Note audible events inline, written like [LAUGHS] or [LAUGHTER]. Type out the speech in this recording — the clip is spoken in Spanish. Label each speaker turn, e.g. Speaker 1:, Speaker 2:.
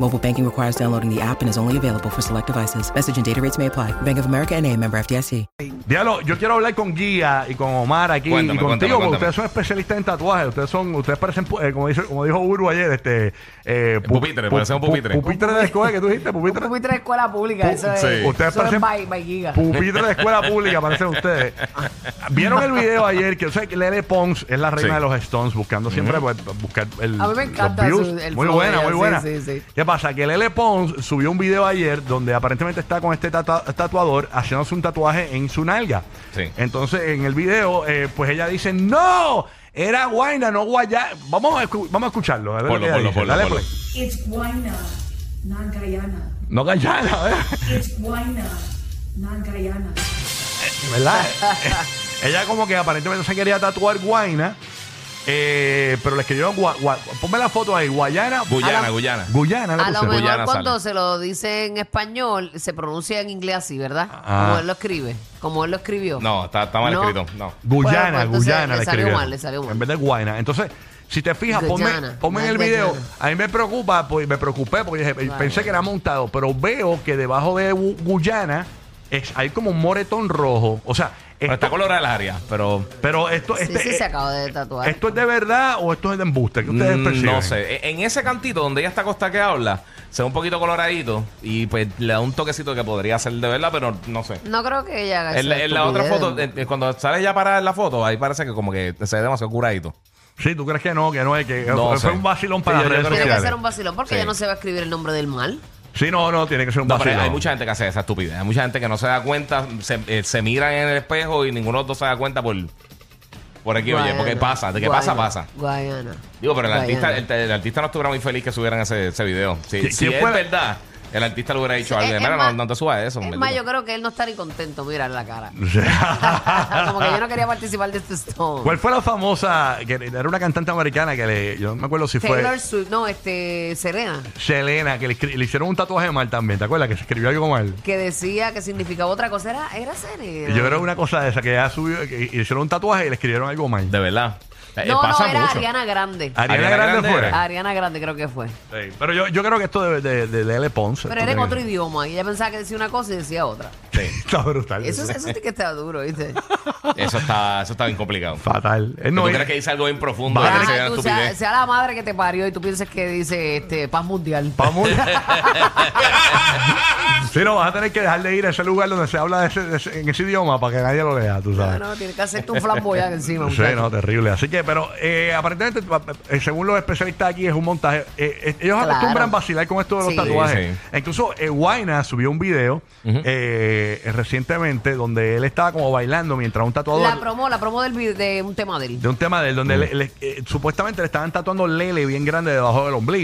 Speaker 1: Mobile banking requires downloading the app and is only available for select devices. Message and data rates may apply. Bank of America and a member FDIC.
Speaker 2: Diablo, yo quiero hablar con Guía y con Omar aquí
Speaker 3: Cuéntame,
Speaker 2: y contigo, porque
Speaker 3: cuéntame, cuéntame.
Speaker 2: ustedes son especialistas en tatuajes. Ustedes son, ustedes parecen, pu- eh, como, dice, como dijo Uru ayer, este. Eh, pu-
Speaker 3: Pupitre, parecen un pupitre.
Speaker 2: Pupitre de escuela, que tú dijiste, pupitre.
Speaker 4: Pupitre de escuela pública, eso es.
Speaker 3: sí.
Speaker 2: Ustedes
Speaker 4: Eso
Speaker 2: parecen-
Speaker 4: es by, by Giga.
Speaker 2: Pupitre de escuela pública, parecen ustedes. ¿Vieron el video ayer? Que yo sé que Lele Pons es la reina
Speaker 3: Sí.
Speaker 2: de los Stones, buscando siempre pues, buscar el.
Speaker 4: A mí me
Speaker 2: los
Speaker 4: encanta su-
Speaker 2: views.
Speaker 4: el
Speaker 2: Muy
Speaker 4: flow de
Speaker 2: buena,
Speaker 4: ella,
Speaker 2: muy
Speaker 4: sí,
Speaker 2: buena.
Speaker 4: sí, sí.
Speaker 2: ¿Qué pasa? Que Lele Pons subió un video ayer donde aparentemente está con este tata- tatuador haciéndose un tatuaje en su nalga.
Speaker 3: Sí.
Speaker 2: Entonces, en el video, eh, pues ella dice, ¡No! Era Guaina, no Guayá. Vamos a, escu- vamos a escucharlo. a ver
Speaker 3: Ponlo,
Speaker 2: lo que ella
Speaker 3: ponlo,
Speaker 2: dice.
Speaker 3: ponlo,
Speaker 2: Dale
Speaker 3: ponlo.
Speaker 2: play.
Speaker 5: It's Guayna, not Guyana.
Speaker 2: No callar, a ver.
Speaker 5: It's Guayna, not Guyana.
Speaker 2: ¿Verdad? [LAUGHS] ella como que aparentemente se quería tatuar Guaina, eh, pero le escribió, gua- gua- ponme la foto ahí, Guayana.
Speaker 3: Guyana,
Speaker 2: a la-
Speaker 3: Guyana.
Speaker 2: Guyana, le
Speaker 4: A lo
Speaker 2: puse.
Speaker 4: mejor
Speaker 3: Guyana
Speaker 4: cuando
Speaker 3: sale.
Speaker 4: se lo dice en español, se pronuncia en inglés así, ¿verdad?
Speaker 2: Ah.
Speaker 4: Como él lo escribe. Como él lo escribió.
Speaker 3: No, está, está mal
Speaker 4: No.
Speaker 3: escrito. No.
Speaker 2: Guyana,
Speaker 4: Bueno, pues, entonces
Speaker 2: Guyana
Speaker 4: le
Speaker 2: le
Speaker 4: salió
Speaker 2: escribieron.
Speaker 4: mal, le salió mal.
Speaker 2: En vez de Guayana. Entonces, si te fijas, ponme,
Speaker 4: Guyana,
Speaker 2: ponme en
Speaker 4: no
Speaker 2: el
Speaker 4: es
Speaker 2: video.
Speaker 4: Guyana.
Speaker 2: A mí me preocupa, pues me preocupé porque dije, pensé que era montado, pero veo que debajo de Gu- Guyana es- hay como un moretón rojo. O sea,
Speaker 3: Pero
Speaker 2: esto-
Speaker 3: está colorada el área, pero
Speaker 2: pero esto,
Speaker 4: Sí,
Speaker 2: este-
Speaker 3: eh,
Speaker 4: sí, se acaba de tatuar.
Speaker 2: ¿esto es de verdad o esto es de embuste? ¿Qué ustedes
Speaker 3: mm,
Speaker 2: perciben?
Speaker 3: no sé. E- En ese cantito donde ella está costa que habla, se ve un poquito coloradito y pues le da un toquecito que podría ser de verdad, pero no sé.
Speaker 4: No creo que ella haga
Speaker 3: En la,
Speaker 4: esa
Speaker 3: en la otra
Speaker 4: estupidez.
Speaker 3: foto, en- en- cuando sale ya para la foto, ahí parece que como que se ve demasiado curadito.
Speaker 2: Sí, ¿tú crees que no? Que no es que
Speaker 3: No
Speaker 2: fue
Speaker 3: sé.
Speaker 2: un vacilón
Speaker 3: Sí,
Speaker 2: para
Speaker 3: yo-
Speaker 2: las
Speaker 3: yo
Speaker 2: redes
Speaker 3: creo
Speaker 4: Tiene que
Speaker 2: sociales.
Speaker 4: ser un vacilón porque
Speaker 3: Sí.
Speaker 4: ella no se va a escribir el nombre del mal.
Speaker 2: Sí, no, no, tiene que ser un
Speaker 3: No, pero
Speaker 2: vacilón. [LAUGHS]
Speaker 3: hay mucha gente que hace esa estupidez. Hay mucha gente que no se da cuenta, se, eh, se miran en el espejo y ninguno de los dos se da cuenta por, por aquí, oye,
Speaker 4: Guayana.
Speaker 3: porque pasa, de que
Speaker 4: Guayana.
Speaker 3: pasa, pasa.
Speaker 4: Guayana.
Speaker 3: Digo, pero el artista,
Speaker 4: Guayana.
Speaker 3: el, el artista no estuviera muy feliz que subieran ese, ese video. Si,
Speaker 2: ¿Qui-
Speaker 3: si
Speaker 2: quién
Speaker 3: es
Speaker 2: fue?
Speaker 3: verdad, el artista le hubiera dicho
Speaker 4: Es-
Speaker 3: algo.
Speaker 4: es
Speaker 3: Mira, no,
Speaker 4: más-
Speaker 3: no te subas eso.
Speaker 4: Es
Speaker 3: maldito".
Speaker 4: más, yo creo que él no está ni contento, mira
Speaker 3: [LAUGHS]
Speaker 4: la cara.
Speaker 2: Sí.
Speaker 4: Como que yo no quería participar de este stone.
Speaker 2: ¿Cuál fue la famosa? Que era una cantante americana que le. Yo no me acuerdo si fue.
Speaker 4: Taylor Swift, no, este, Serena.
Speaker 2: Selena, que le, escri- le hicieron un tatuaje mal también. ¿Te acuerdas? Que se escribió algo mal.
Speaker 4: que decía que significaba otra cosa. Era, era Serena.
Speaker 2: Yo creo que una cosa de esa que ya subió. Que que hicieron un tatuaje y le escribieron algo mal.
Speaker 3: De verdad. Eh,
Speaker 4: No,
Speaker 3: pasa
Speaker 4: no, era
Speaker 3: mucho.
Speaker 4: Ariana Grande.
Speaker 2: Ariana,
Speaker 3: Ariana
Speaker 2: Grande,
Speaker 3: Grande era.
Speaker 4: Ariana Grande creo que fue.
Speaker 2: fue. Sí, Pero yo, yo creo que esto de, de, de Lele Pons.
Speaker 4: Pero era en otro idioma. Y ella pensaba que decía una cosa y decía otra.
Speaker 2: [LAUGHS]
Speaker 3: Sí.
Speaker 2: Está brutal.
Speaker 4: Eso, eso sí que está duro, ¿viste?
Speaker 3: Eso está, eso está bien complicado.
Speaker 2: Fatal. Él
Speaker 3: ¿Tú
Speaker 2: no
Speaker 3: crees
Speaker 2: es-
Speaker 3: que dice algo bien profundo?
Speaker 2: Vale.
Speaker 3: que
Speaker 4: Ajá,
Speaker 3: se vea
Speaker 4: tú sea,
Speaker 3: estupidez?
Speaker 4: sea la madre que te parió y tú pienses que dice este, paz mundial.
Speaker 2: Vamos. [LAUGHS] sí, no, vas a tener que dejar de ir a ese lugar donde se habla de ese- de ese- en ese idioma para que nadie lo lea, tú sabes.
Speaker 4: No, no, tienes que hacerte un flamboyán encima.
Speaker 2: Sí,
Speaker 4: muchacho.
Speaker 2: no, terrible. Así que, pero eh, aparentemente, pa- pa- eh, según los especialistas aquí, es un montaje. Eh, eh, ellos
Speaker 4: Claro.
Speaker 2: acostumbran vacilar con esto de los
Speaker 4: Sí.
Speaker 2: tatuajes.
Speaker 3: Sí,
Speaker 2: Incluso eh, Guayna subió un video eh, recientemente donde él estaba como bailando mientras un
Speaker 4: La
Speaker 2: tatuador
Speaker 4: promo, la promo del vide- de un tema de él.
Speaker 2: de un tema de él, donde le- le- eh, supuestamente le estaban tatuando lele bien grande debajo del ombligo.